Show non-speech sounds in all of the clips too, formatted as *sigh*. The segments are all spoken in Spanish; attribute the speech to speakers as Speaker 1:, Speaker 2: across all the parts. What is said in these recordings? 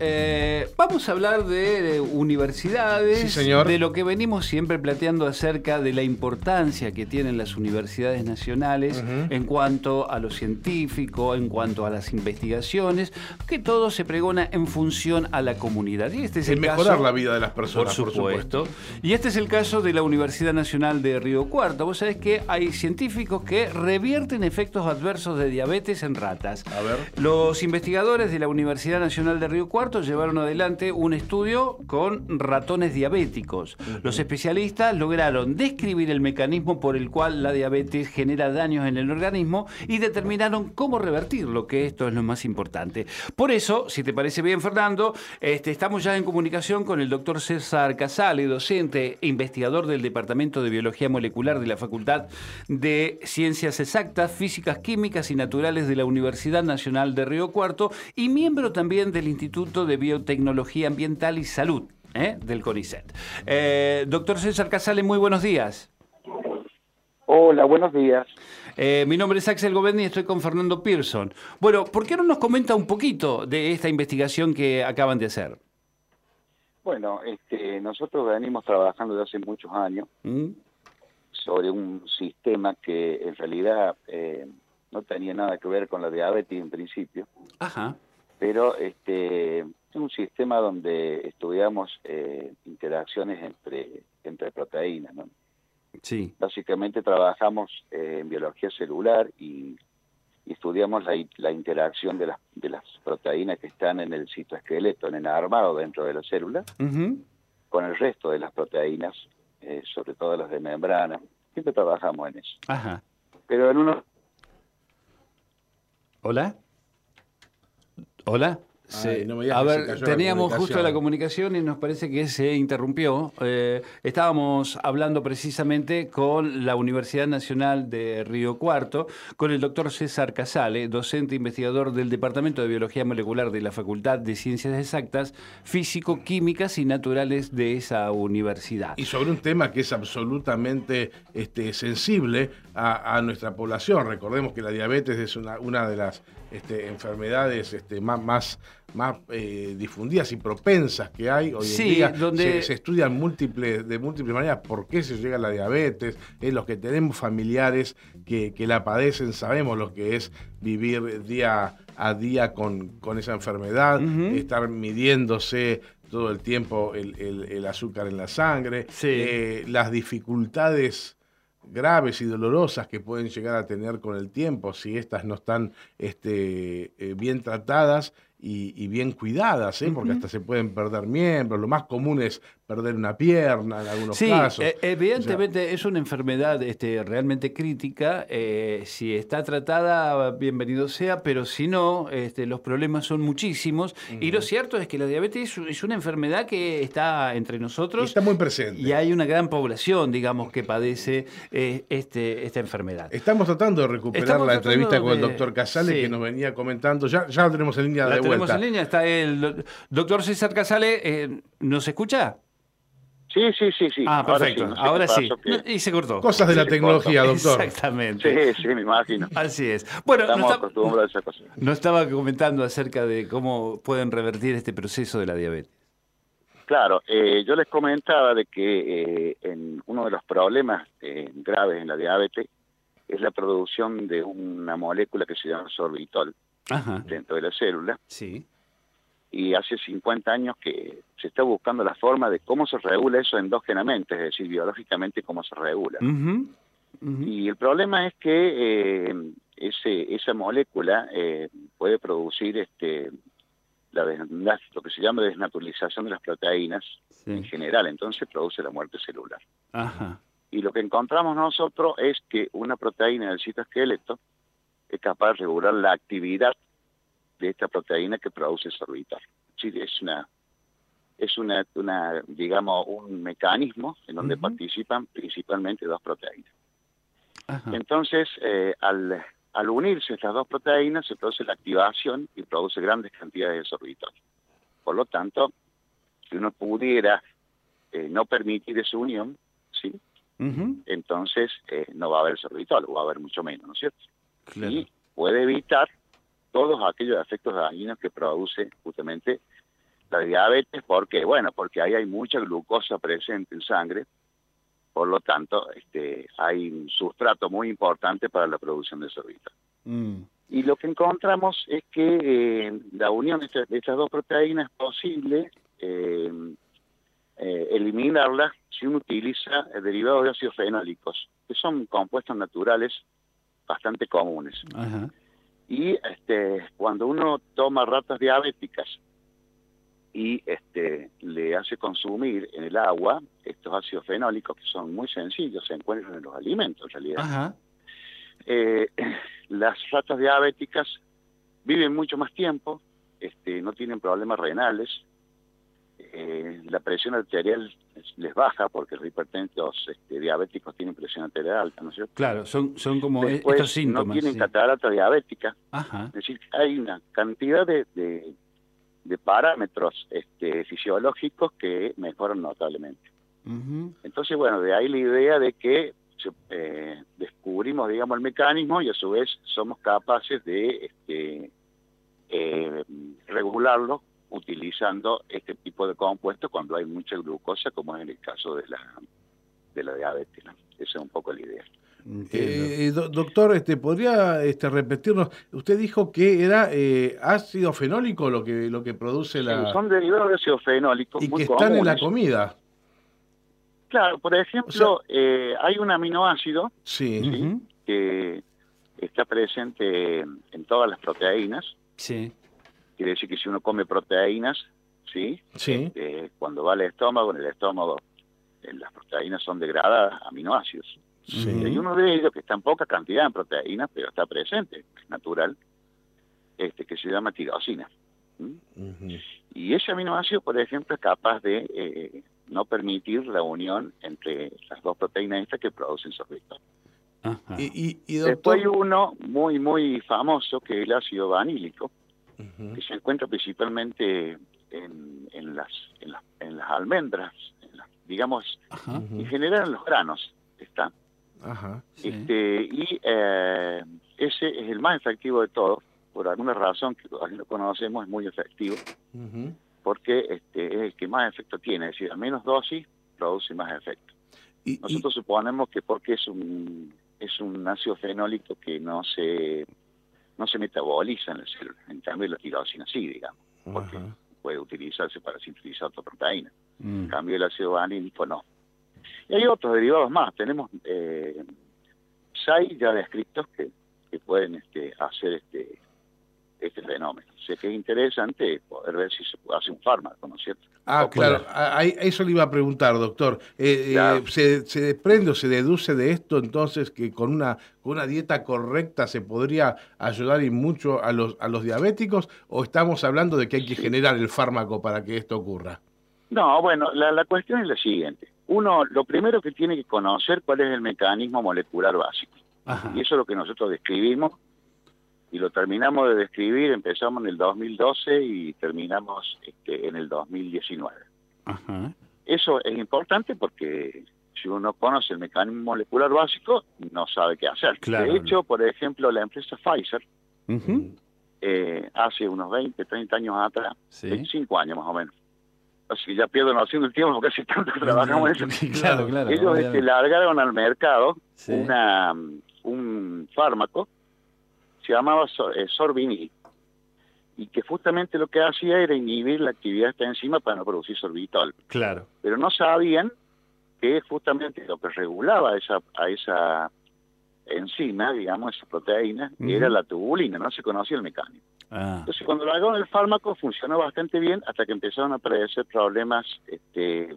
Speaker 1: eh, vamos a hablar de eh, universidades,
Speaker 2: Sí, señor.
Speaker 1: de lo que venimos siempre planteando acerca de la importancia que tienen las universidades nacionales
Speaker 2: Ujú.
Speaker 1: en cuanto a lo científico, en cuanto a las investigaciones, que todo se pregona en función a la comunidad. Y este es el
Speaker 2: En mejorar
Speaker 1: caso-
Speaker 2: la vida de las
Speaker 1: por
Speaker 2: personas, por
Speaker 1: supuesto.
Speaker 2: supuesto.
Speaker 1: Y este es el caso de la Universidad Nacional de Río Cuarto. Vos sabés que hay científicos que revierten efectos adversos de diabetes en ratas.
Speaker 2: A ver.
Speaker 1: Los investigadores de la Universidad Nacional de Río Cuarto llevaron adelante un estudio con ratones diabéticos. Los especialistas lograron describir el mecanismo por el cual la diabetes genera daños en el organismo y determinaron cómo revertirlo, que esto es lo más importante. Por eso, si te parece bien, Fernando, este, estamos ya en comunicación con el doctor César Casale, docente e investigador del Departamento de Biología Molecular de la Facultad de Ciencias Exactas, Físicas, Químicas y Naturales de la Universidad Nacional de Río Cuarto y miembro también del Instituto de Biotecnología Ambiental y Salud. ¿eh? del CONICET. Eh, doctor César Casale, muy buenos días.
Speaker 3: Hola, buenos días.
Speaker 1: Eh, mi nombre es Axel Govendi y estoy con Fernando Pearson. Bueno, ¿por qué no nos comenta un poquito de esta investigación que acaban de hacer?
Speaker 3: Bueno, este, nosotros venimos trabajando desde hace muchos años
Speaker 1: ¿Mm?
Speaker 3: sobre un sistema que en realidad eh, no tenía nada que ver con la diabetes en principio,
Speaker 1: Ajá.
Speaker 3: pero este, es un sistema donde estudiamos eh, interacciones entre, entre proteínas. ¿no?
Speaker 1: Sí.
Speaker 3: Básicamente trabajamos eh, en biología celular y, y estudiamos la, in- la interacción de las, de las proteínas que están en el citoesqueleto, en el armado dentro de la célula.
Speaker 1: Ujú.
Speaker 3: con el resto de las proteínas, eh, sobre todo las de membrana. Siempre trabajamos en eso.
Speaker 1: Ajá.
Speaker 3: Pero en uno,
Speaker 1: ¿Hola? ¿Hola? Se-
Speaker 2: no me digas
Speaker 1: a
Speaker 2: que se
Speaker 1: ver,
Speaker 2: cayó la
Speaker 1: teníamos justo
Speaker 2: comunicación.
Speaker 1: la comunicación y nos parece que se interrumpió. Eh, estábamos hablando precisamente con la Universidad Nacional de Río Cuarto, con el doctor César Casale, docente e investigador del Departamento de Biología Molecular de la Facultad de Ciencias Exactas, Físico, Químicas y Naturales de esa universidad.
Speaker 2: Y sobre un tema que es absolutamente este, sensible a, a nuestra población. Recordemos que la diabetes es una, una de las este, enfermedades este, más, más, más, eh, difundidas y propensas que hay hoy en
Speaker 1: Sí,
Speaker 2: día.
Speaker 1: donde-
Speaker 2: Se, se estudian múltiples, de múltiples maneras por qué se llega a la diabetes. Eh, los que tenemos familiares que, que la padecen sabemos lo que es vivir día a día con, con esa enfermedad,
Speaker 1: Ujú.
Speaker 2: estar midiéndose todo el tiempo el- el- el azúcar en la sangre,
Speaker 1: Sí.
Speaker 2: eh, las dificultades graves y dolorosas que pueden llegar a tener con el tiempo si estas no están este, eh, bien tratadas y, y bien cuidadas, ¿eh? porque hasta se pueden perder miembros, lo más común es perder una pierna en algunos
Speaker 1: Sí,
Speaker 2: casos.
Speaker 1: eh, evidentemente es una enfermedad este, realmente crítica. eh, si está tratada, bienvenido sea, pero si no, este, los problemas son muchísimos. Y lo cierto es que la diabetes es u- es una enfermedad que está entre
Speaker 2: Y
Speaker 1: nosotros
Speaker 2: está muy presente.
Speaker 1: y hay una gran población, digamos, que padece eh, este, esta enfermedad.
Speaker 2: Estamos tratando de recuperar
Speaker 1: Estamos
Speaker 2: la
Speaker 1: tratando
Speaker 2: entrevista con el
Speaker 1: de-
Speaker 2: doctor Casale
Speaker 1: sí.
Speaker 2: que nos venía comentando, ya, ya la tenemos en línea
Speaker 1: La
Speaker 2: de
Speaker 1: tenemos
Speaker 2: vuelta.
Speaker 1: en línea, está el do- doctor César Casale. eh, ¿Nos escucha?
Speaker 3: sí, sí, sí, sí.
Speaker 1: ah, perfecto.
Speaker 3: no sé qué
Speaker 1: Ahora sí.
Speaker 3: pasó, que-
Speaker 1: Y se cortó.
Speaker 2: Cosas de la
Speaker 3: Sí,
Speaker 2: tecnología,
Speaker 1: *laughs*
Speaker 2: doctor.
Speaker 1: Exactamente.
Speaker 3: Sí, sí,
Speaker 1: *laughs*
Speaker 3: me imagino.
Speaker 1: Así es. Bueno, Ah, no
Speaker 3: Estamos
Speaker 1: está-
Speaker 3: acostumbrados a esa cosa.
Speaker 1: No estaba comentando acerca de cómo pueden revertir este proceso de la diabetes.
Speaker 3: Claro, eh, yo les comentaba de que eh, en uno de los problemas eh, graves en la diabetes es la producción de una molécula que se llama sorbitol
Speaker 1: Ajá.
Speaker 3: dentro de la célula
Speaker 1: Sí.
Speaker 3: y hace 50 años que se está buscando la forma de cómo se regula eso endógenamente, es decir, biológicamente cómo se regula.
Speaker 1: Ujú, ujú.
Speaker 3: Y el problema es que eh, ese, esa molécula eh, puede producir este, la desna- lo que se llama desnaturalización de las proteínas en
Speaker 1: Sí.
Speaker 3: general, entonces produce la muerte celular.
Speaker 1: Ajá.
Speaker 3: Y lo que encontramos nosotros es que una proteína del citoesqueleto es capaz de regular la actividad de esta proteína que produce sorbital. Sí, es una es una, una, digamos un mecanismo en donde
Speaker 1: Ujú.
Speaker 3: participan principalmente dos proteínas.
Speaker 1: Ajá.
Speaker 3: Entonces, eh, al, al unirse estas dos proteínas, se produce la activación y produce grandes cantidades de sorbitol. Por lo tanto, si uno pudiera eh, no permitir esa unión, ¿sí?
Speaker 1: Ujú,
Speaker 3: entonces eh, no va a haber servitólogo, va a haber mucho menos, ¿no es cierto?
Speaker 1: Claro.
Speaker 3: Y puede evitar todos aquellos efectos dañinos que produce justamente la diabetes, porque bueno, porque ahí hay mucha glucosa presente en sangre, por lo tanto, este, hay un sustrato muy importante para la producción de sorbitol.
Speaker 1: Mm.
Speaker 3: Y lo que encontramos es que eh, la unión de, estas- de estas dos proteínas es posible eh, eh, eliminarlas si uno utiliza eh, derivados de ácidos fenólicos, que son compuestos naturales bastante comunes.
Speaker 1: Ajá.
Speaker 3: Y este, cuando uno toma ratas diabéticas y este, le hace consumir en el agua estos ácidos fenólicos, que son muy sencillos, se encuentran en los alimentos en realidad
Speaker 1: Ajá.
Speaker 3: eh, *laughs* las ratas diabéticas viven mucho más tiempo, este, no tienen problemas renales, eh, la presión arterial les- les baja porque los hipertensos este, diabéticos tienen presión arterial alta, ¿no es cierto?
Speaker 1: Claro, son, son como e-
Speaker 3: Después,
Speaker 1: estos síntomas.
Speaker 3: no tienen
Speaker 1: sí.
Speaker 3: catarata diabética,
Speaker 1: Ajá.
Speaker 3: es decir, hay una cantidad de, de- de parámetros este, fisiológicos que mejoran notablemente.
Speaker 1: Ujú.
Speaker 3: Entonces, bueno, de ahí la idea de que se- eh, descubrimos, digamos, el mecanismo y a su vez somos capaces de este, eh, regularlo utilizando este tipo de compuestos cuando hay mucha glucosa, como es en el caso de la, de la diabetes. ¿no? Esa es un poco la idea.
Speaker 1: Entiendo.
Speaker 2: Eh, do- doctor, este, ¿podría este, repetirnos? Usted dijo que era eh, ácido fenólico lo que, lo que produce la...
Speaker 3: Son derivados de ácido fenólico
Speaker 2: y
Speaker 3: muy
Speaker 2: que están en la
Speaker 3: comunes.
Speaker 2: comida.
Speaker 3: Claro, por ejemplo, eh, hay un aminoácido
Speaker 2: Sí.
Speaker 1: Ujú.
Speaker 3: que está presente en todas las proteínas,
Speaker 1: Sí.
Speaker 3: quiere decir que si uno come proteínas, ¿sí?
Speaker 2: Sí.
Speaker 3: Eh, cuando va al estómago, en el estómago eh, las proteínas son degradadas a aminoácidos.
Speaker 2: Sí.
Speaker 3: Y hay uno de ellos que está en poca cantidad en proteínas, pero está presente, es natural, este que se llama tirosina. ¿Mm?
Speaker 2: Ujú.
Speaker 3: Y ese aminoácido, por ejemplo, es capaz de eh, no permitir la unión entre las dos proteínas estas que producen sorbitol.
Speaker 1: Ajá.
Speaker 2: Y, y- y,
Speaker 3: Después
Speaker 2: doctor...
Speaker 3: hay uno muy, muy famoso que es el ácido vanílico,
Speaker 2: Ujú.
Speaker 3: que se encuentra principalmente en, en las, en, las, en las almendras, en las- digamos,
Speaker 1: Ajá.
Speaker 3: en
Speaker 2: Ujú.
Speaker 3: general en los granos está.
Speaker 2: Ajá.
Speaker 1: Sí.
Speaker 3: Este, y eh, ese es el más efectivo de todos, por alguna razón que así lo conocemos es muy efectivo,
Speaker 2: Ujú.
Speaker 3: porque este, es el que más efecto tiene, es decir, a menos dosis produce más efecto.
Speaker 2: Y- y-
Speaker 3: Nosotros suponemos que porque es un, es un ácido fenólico que no se, no se metaboliza en la célula, en cambio la tirosina sí, digamos. porque
Speaker 2: Ajá.
Speaker 3: puede utilizarse para sintetizar otra proteína.
Speaker 1: Mm.
Speaker 3: En cambio, el ácido vanílico no. Y hay otros derivados más. Tenemos eh, seis ya descritos que, que pueden este, hacer este, este fenómeno. Sé que es interesante poder ver si se hace un fármaco, ¿no es cierto?
Speaker 2: Ah,
Speaker 3: Popular.
Speaker 2: claro, a, a- eso le iba a preguntar, doctor. Eh, eh,
Speaker 3: Claro.
Speaker 2: se, se desprende o se deduce de esto entonces que con una, con una dieta correcta se podría ayudar y mucho a los, a los diabéticos o estamos hablando de que hay que generar el fármaco para que esto ocurra?
Speaker 3: No, bueno, la, la cuestión es la siguiente. Uno, lo primero que tiene que conocer cuál es el mecanismo molecular básico.
Speaker 1: Ajá.
Speaker 3: Y eso es lo que nosotros describimos y lo terminamos de describir, empezamos en el 2012 y terminamos este, en el 2019.
Speaker 1: Ajá.
Speaker 3: Eso es importante porque si uno conoce el mecanismo molecular básico, no sabe qué hacer.
Speaker 1: Claro.
Speaker 3: De hecho, por ejemplo, la empresa Pfizer,
Speaker 1: Ujú.
Speaker 3: eh, hace unos 20, 30 años atrás,
Speaker 1: Sí.
Speaker 3: 25 años más o menos, así que ya pierdo noción del tiempo porque hace tanto que trabajamos en eso.
Speaker 1: Sí, *laughs* claro, claro.
Speaker 3: Ellos este,
Speaker 1: obviamente.
Speaker 3: largaron al mercado
Speaker 1: Sí.
Speaker 3: una, un fármaco, se llamaba sor- eh, Sorbinil, y que justamente lo que hacía era inhibir la actividad de esta enzima para no producir sorbitol.
Speaker 1: Claro.
Speaker 3: Pero no sabían que justamente lo que regulaba a esa, a esa enzima, digamos, esa proteína,
Speaker 1: Ujú.
Speaker 3: era la tubulina, no se conocía el mecanismo.
Speaker 1: Ah.
Speaker 3: Entonces, cuando largaron el fármaco, funcionó bastante bien hasta que empezaron a aparecer problemas este,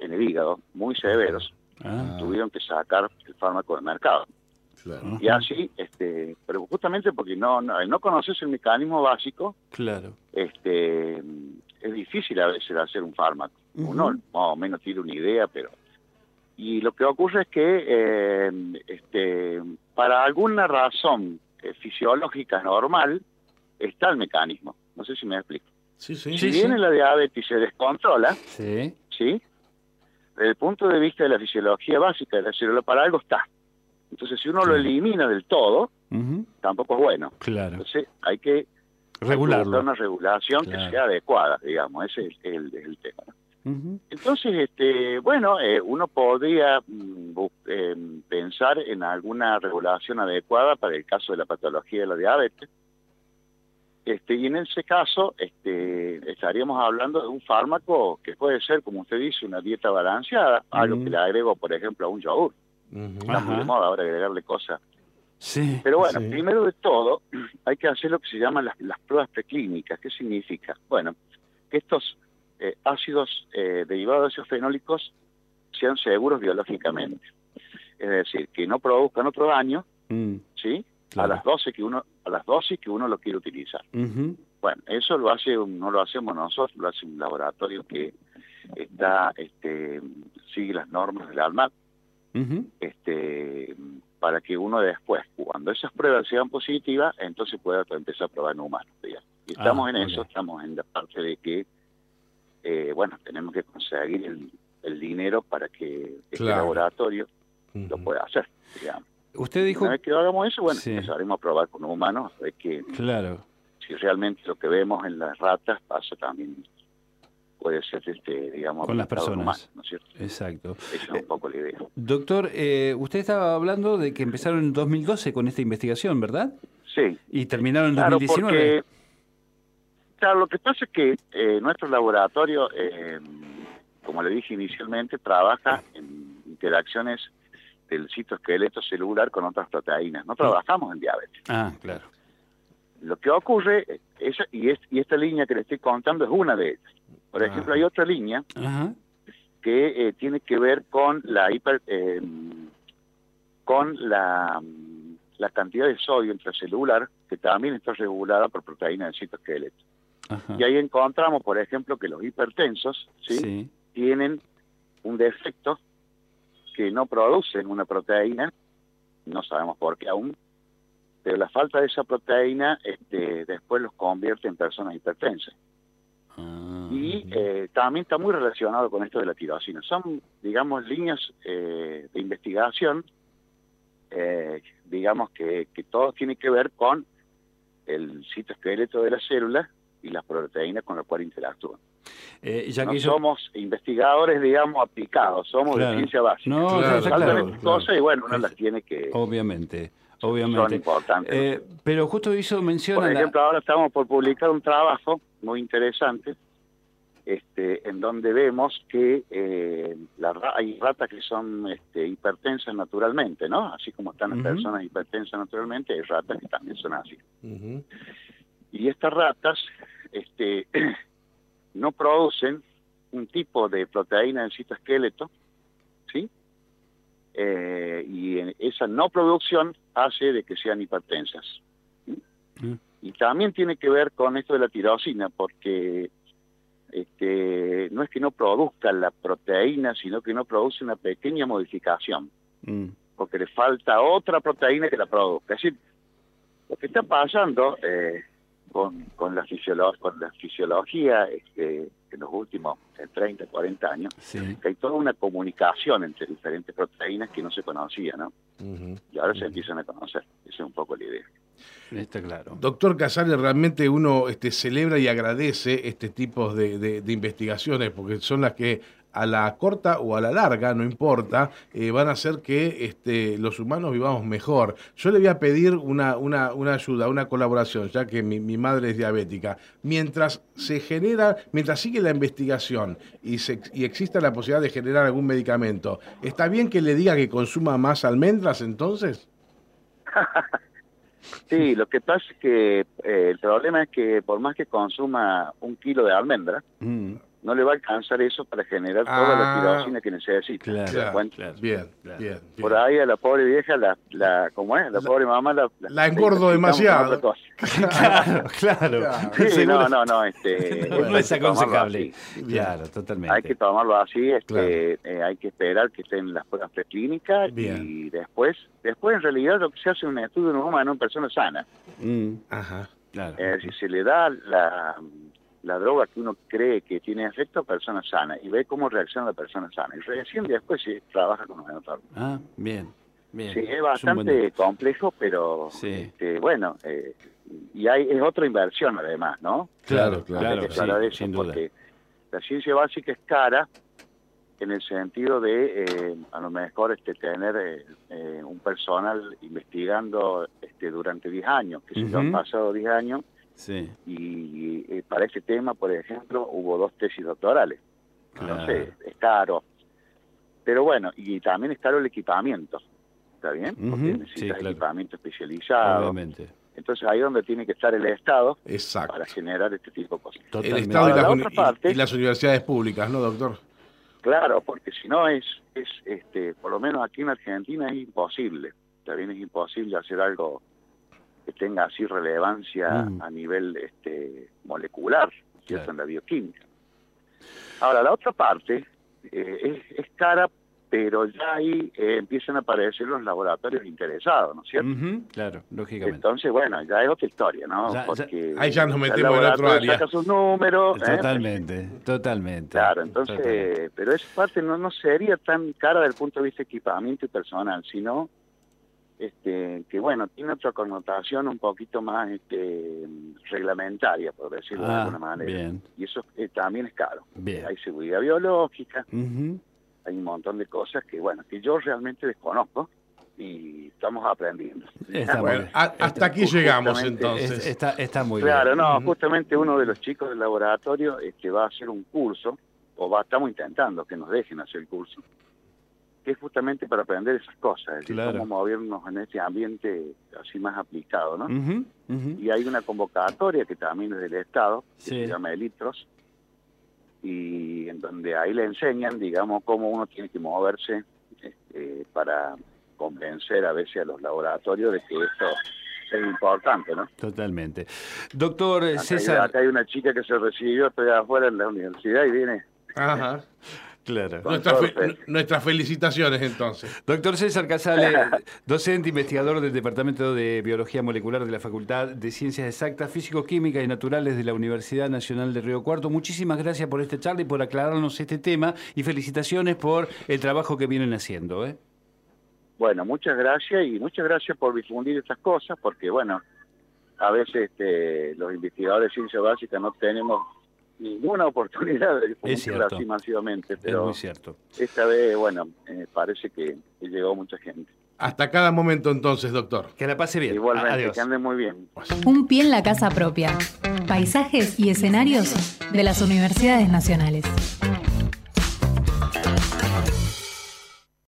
Speaker 3: en el hígado muy severos.
Speaker 1: Ah.
Speaker 3: Tuvieron que sacar el fármaco del mercado.
Speaker 2: Claro.
Speaker 3: Y así, este, pero justamente porque no, no, al no conoces el mecanismo básico,
Speaker 1: Claro.
Speaker 3: este, es difícil a veces hacer un fármaco.
Speaker 1: Ujú.
Speaker 3: Uno más o menos tiene una idea, pero... Y lo que ocurre es que eh, este, para alguna razón eh, fisiológica normal está el mecanismo. No sé si me explico.
Speaker 2: Sí, sí.
Speaker 1: Sí,
Speaker 3: si bien
Speaker 1: sí.
Speaker 3: en la diabetes se descontrola,
Speaker 1: Sí.
Speaker 3: ¿sí? Desde el punto de vista de la fisiología básica de la célula, para algo está. Entonces, si uno lo elimina del todo,
Speaker 1: Ujú.
Speaker 3: tampoco es bueno.
Speaker 1: Claro.
Speaker 3: Entonces, Pues, hay que
Speaker 1: Regularlo.
Speaker 3: buscar una regulación
Speaker 1: Claro.
Speaker 3: que sea adecuada, digamos, ese es el, el tema.
Speaker 1: Ujú.
Speaker 3: Entonces, este, bueno, eh, uno podría mm, bu- em, pensar en alguna regulación adecuada para el caso de la patología de la diabetes. Este, y en ese caso este, estaríamos hablando de un fármaco que puede ser, como usted dice, una dieta balanceada, algo
Speaker 1: Mm.
Speaker 3: que le agrego, por ejemplo, a un yogur.
Speaker 2: Ujú.
Speaker 1: Ah.
Speaker 3: Está muy
Speaker 1: Ajá.
Speaker 3: de moda ahora agregarle cosas.
Speaker 1: Sí.
Speaker 3: Pero bueno,
Speaker 2: Sí.
Speaker 3: primero de todo, *clears throat* hay que hacer lo que se llaman las, las pruebas preclínicas. ¿Qué significa? Bueno, que estos eh, ácidos eh, derivados de ácidos fenólicos sean seguros biológicamente. Es decir, que no produzcan otro daño,
Speaker 1: Mm.
Speaker 3: ¿sí?
Speaker 1: Claro.
Speaker 3: A las dosis que uno a las dosis que uno lo quiere utilizar.
Speaker 1: Ujú.
Speaker 3: Bueno, eso lo hace un- no lo hacemos nosotros, lo hace un laboratorio que está este, sigue las normas del ALMAT
Speaker 1: Ujú.
Speaker 3: este, para que uno después, cuando esas pruebas sean positivas, entonces pueda empezar a probar en humanos. digamos. Y
Speaker 1: Ah,
Speaker 3: estamos en
Speaker 1: ok.
Speaker 3: eso, estamos en la parte de que, eh, bueno, tenemos que conseguir el, el dinero para que este
Speaker 2: Claro.
Speaker 3: laboratorio lo
Speaker 2: Ujú.
Speaker 3: pueda hacer. digamos.
Speaker 1: Usted dijo.
Speaker 3: Una vez que hagamos eso, bueno,
Speaker 1: Sí.
Speaker 3: empezaremos a probar con humanos, a ver que
Speaker 1: Claro.
Speaker 3: si realmente lo que vemos en las ratas pasa también, puede ser, este, digamos,
Speaker 1: Con las
Speaker 3: aplicado en
Speaker 1: personas. Eh,
Speaker 3: humanos, ¿no es cierto?
Speaker 1: Exacto.
Speaker 3: Esa es un poco la idea.
Speaker 1: Doctor, eh, usted estaba hablando de que empezaron en 2012 con esta investigación, ¿verdad?
Speaker 3: Sí.
Speaker 1: Y terminaron en
Speaker 3: Claro,
Speaker 1: 2019.
Speaker 3: porque claro, lo que pasa es que eh, nuestro laboratorio, eh, como le dije inicialmente, trabaja en interacciones del citoesqueleto celular con otras proteínas. No trabajamos en diabetes.
Speaker 1: Ah, claro.
Speaker 3: Lo que ocurre, eh, esa, y, es- y esta línea que le estoy contando es una de ellas. Por ejemplo,
Speaker 2: Ah.
Speaker 3: hay otra línea
Speaker 1: Ajá.
Speaker 3: que eh, tiene que ver con la hiper, eh, con la, mm, la cantidad de sodio intracelular que también está regulada por proteínas del citoesqueleto.
Speaker 1: Ajá.
Speaker 3: Y ahí encontramos, por ejemplo, que los hipertensos ¿sí?
Speaker 1: Ah. Sí.
Speaker 3: tienen un defecto que no producen una proteína, no sabemos por qué aún, pero la falta de esa proteína este, después los convierte en personas hipertensas.
Speaker 1: Ah.
Speaker 3: Y eh, también está muy relacionado con esto de la tirosina. Son, digamos, líneas eh, de investigación, eh, digamos, que, que todo tiene que ver con el citoesqueleto de la célula y las proteínas con las cuales interactúan.
Speaker 1: Eh, ya
Speaker 3: no
Speaker 1: que yo-
Speaker 3: somos investigadores, digamos, aplicados, somos
Speaker 1: Claro.
Speaker 3: de ciencia básica.
Speaker 1: No,
Speaker 2: Claro,
Speaker 1: claro,
Speaker 3: Faltan
Speaker 1: claro,
Speaker 3: estas cosas y bueno, uno
Speaker 1: Es-
Speaker 3: las tiene que...
Speaker 1: Obviamente,
Speaker 3: eh, son
Speaker 1: obviamente.
Speaker 3: importantes. ¿no?
Speaker 1: Eh, pero justo hizo mención
Speaker 3: Por
Speaker 1: a la-
Speaker 3: ejemplo, ahora estamos por publicar un trabajo muy interesante este, en donde vemos que eh, la ra- hay ratas que son este, hipertensas naturalmente, ¿no? Así como están las
Speaker 1: Ujú.
Speaker 3: personas hipertensas naturalmente, hay ratas que también son así.
Speaker 2: Ujú.
Speaker 3: y estas ratas este, *clears throat* no producen un tipo de proteína del citoesqueleto, ¿sí? Eh, y en- esa no producción hace de que sean hipertensas. ¿sí?
Speaker 1: Mm.
Speaker 3: Y también tiene que ver con esto de la tirosina, porque este, no es que no produzca la proteína, sino que no produce una pequeña modificación
Speaker 1: Mm,
Speaker 3: porque le falta otra proteína que la produzca. Es decir, lo que está pasando eh, con, con, la fisiolo- con la fisiología este, en los últimos eh, 30, 40 años,
Speaker 1: sí.
Speaker 3: que hay toda una comunicación entre diferentes proteínas que no se conocía, ¿no?
Speaker 2: Ujú.
Speaker 3: Y ahora se empiezan a conocer. Esa es un poco la idea.
Speaker 1: Está claro.
Speaker 2: Doctor Casares, realmente uno este, celebra y agradece este tipo de, de- de investigaciones, porque son las que a la corta o a la larga, no importa, eh, van a hacer que este, los humanos vivamos mejor. Yo le voy a pedir una, una- una ayuda, una colaboración, ya que mi, mi madre es diabética. Mientras se genera, mientras sigue la investigación y, se, y exista la posibilidad de generar algún medicamento, ¿está bien que le diga que consuma más almendras entonces?
Speaker 3: Sí, lo que pasa es que eh, el problema es que por más que consuma un kilo de almendra,
Speaker 1: Mm,
Speaker 3: no le va a alcanzar eso para generar toda
Speaker 2: Ah,
Speaker 3: la tirosina que necesita.
Speaker 1: claro,
Speaker 3: ¿Se da cuenta?
Speaker 1: claro.
Speaker 2: Bien,
Speaker 1: Claro.
Speaker 2: bien, bien.
Speaker 3: Por ahí a la pobre vieja, la, la ¿cómo es? La, pobre mamá la...
Speaker 2: la engordo demasiado.
Speaker 3: otra cosa.
Speaker 1: claro,
Speaker 3: *laughs*
Speaker 1: claro.
Speaker 2: Claro.
Speaker 3: Sí,
Speaker 1: Seguro-
Speaker 3: no, no, no,
Speaker 1: *laughs*
Speaker 3: este...
Speaker 1: no,
Speaker 3: bueno,
Speaker 1: no
Speaker 3: hay
Speaker 1: es
Speaker 3: que tomarlo
Speaker 1: aconsejable.
Speaker 3: así.
Speaker 1: Claro, totalmente.
Speaker 3: Hay que tomarlo así, este,
Speaker 2: Claro.
Speaker 3: eh, hay que esperar que estén las pruebas preclínicas
Speaker 2: Bien.
Speaker 3: y después, después en realidad lo que se hace es un estudio en humano en persona sana.
Speaker 1: Mm,
Speaker 2: Ajá.
Speaker 1: claro.
Speaker 3: Eh, si se le da la, la droga que uno cree que tiene efecto a personas sanas y ve cómo reacciona la persona sana. Y recién después se trabaja con los enfermos.
Speaker 1: Ah, bien, bien.
Speaker 3: Sí, es
Speaker 1: un
Speaker 3: bastante
Speaker 1: buen-
Speaker 3: complejo, pero
Speaker 1: Sí.
Speaker 3: este, bueno, eh, y hay, es otra inversión además, ¿no?
Speaker 2: Claro, claro,
Speaker 3: Hay que
Speaker 1: sí,
Speaker 3: hablar de eso,
Speaker 1: sin duda.
Speaker 3: porque la ciencia básica es cara en el sentido de eh, a lo mejor este, tener eh, eh, un personal investigando este, durante 10 años, que se han
Speaker 1: Ujú.
Speaker 3: pasado 10 años,
Speaker 1: Sí,
Speaker 3: y eh, para este tema, por ejemplo, hubo dos tesis doctorales.
Speaker 1: claro.
Speaker 3: Entonces, es caro. Pero bueno, y también es caro el equipamiento, ¿está bien? Porque
Speaker 1: Ujú,
Speaker 3: necesitas
Speaker 1: sí, claro.
Speaker 3: equipamiento especializado.
Speaker 1: Obviamente.
Speaker 3: Entonces ahí es donde tiene que estar el Estado
Speaker 2: Exacto.
Speaker 3: para generar este tipo de cosas.
Speaker 2: El
Speaker 1: Totalmente.
Speaker 2: Estado y
Speaker 3: Ahora,
Speaker 2: las,
Speaker 3: la
Speaker 2: uni-
Speaker 3: otra parte-
Speaker 2: y- y las universidades públicas, ¿no, doctor?
Speaker 3: Claro, porque si no es, es este, por lo menos aquí en Argentina es imposible. También es imposible hacer algo que tenga así relevancia
Speaker 1: Mm.
Speaker 3: a nivel este, molecular, ¿cierto?
Speaker 1: Claro.
Speaker 3: En la bioquímica. Ahora, la otra parte eh, es, es cara, pero ya ahí eh, empiezan a aparecer los laboratorios interesados, ¿no es cierto?
Speaker 1: Ujú, claro, lógicamente.
Speaker 3: Entonces, bueno, ya es otra historia, ¿no?
Speaker 1: Ya- ya-
Speaker 3: Porque
Speaker 2: Ahí ya nos
Speaker 3: el
Speaker 2: metemos en otro
Speaker 3: laboratorio
Speaker 2: área.
Speaker 3: Saca sus números. ¿eh?
Speaker 1: Totalmente, totalmente.
Speaker 3: Claro, entonces,
Speaker 1: Totalmente.
Speaker 3: pero esa parte no, no sería tan cara desde el punto de vista de equipamiento y personal, sino este, que, bueno, tiene otra connotación un poquito más este, reglamentaria, por decirlo de
Speaker 1: Ah,
Speaker 3: alguna manera.
Speaker 1: bien.
Speaker 3: Y eso eh, también es caro.
Speaker 1: Bien.
Speaker 3: Hay seguridad biológica,
Speaker 1: Ujú,
Speaker 3: hay un montón de cosas que, bueno, que yo realmente desconozco y estamos aprendiendo. *laughs*
Speaker 1: Está muy
Speaker 2: Bueno,
Speaker 1: bien.
Speaker 2: a- hasta aquí
Speaker 3: Justamente
Speaker 2: llegamos
Speaker 1: Este,
Speaker 3: es-
Speaker 1: Es-
Speaker 2: entonces.
Speaker 1: está, está muy
Speaker 3: Claro,
Speaker 1: bien.
Speaker 3: no, justamente uno de los chicos del laboratorio este, va a hacer un curso, o va, estamos intentando que nos dejen hacer el curso, que es justamente para aprender esas cosas, es decir,
Speaker 1: Claro.
Speaker 3: cómo movernos en este ambiente así más aplicado, ¿no?
Speaker 1: Ujú, ujú.
Speaker 3: Y hay una convocatoria que también es del Estado, que
Speaker 1: Sí.
Speaker 3: se llama Elitros, y en donde ahí le enseñan, digamos, cómo uno tiene que moverse este, para convencer a veces a los laboratorios de que esto es importante, ¿no?
Speaker 1: Totalmente. Doctor eh,
Speaker 3: Acá hay-
Speaker 1: César.
Speaker 3: Acá hay una chica que se recibió, estoy afuera en la universidad y viene.
Speaker 2: Ajá.
Speaker 1: Claro.
Speaker 3: Con
Speaker 2: Nuestras fe-
Speaker 3: torpe.
Speaker 2: nuestras felicitaciones entonces.
Speaker 1: Doctor César
Speaker 3: *laughs*
Speaker 1: Casale, docente investigador del Departamento de Biología Molecular de la Facultad de Ciencias Exactas, Físico-Químicas y Naturales de la Universidad Nacional de Río Cuarto. Muchísimas gracias por esta charla y por aclararnos este tema y felicitaciones por el trabajo que vienen haciendo. ¿eh?
Speaker 3: Bueno, muchas gracias y muchas gracias por difundir estas cosas, porque bueno, a veces este, los investigadores de ciencia básica no tenemos ninguna oportunidad de difundirla
Speaker 1: cierto.
Speaker 3: así masivamente,
Speaker 1: es
Speaker 3: pero
Speaker 1: muy cierto.
Speaker 3: esta vez, bueno, eh, parece que que llegó mucha gente.
Speaker 2: Hasta cada momento entonces, doctor.
Speaker 1: Que la pase bien.
Speaker 3: Igualmente,
Speaker 1: Adiós.
Speaker 3: que anden muy bien.
Speaker 4: Un pie en la casa propia. Paisajes y escenarios de las universidades nacionales.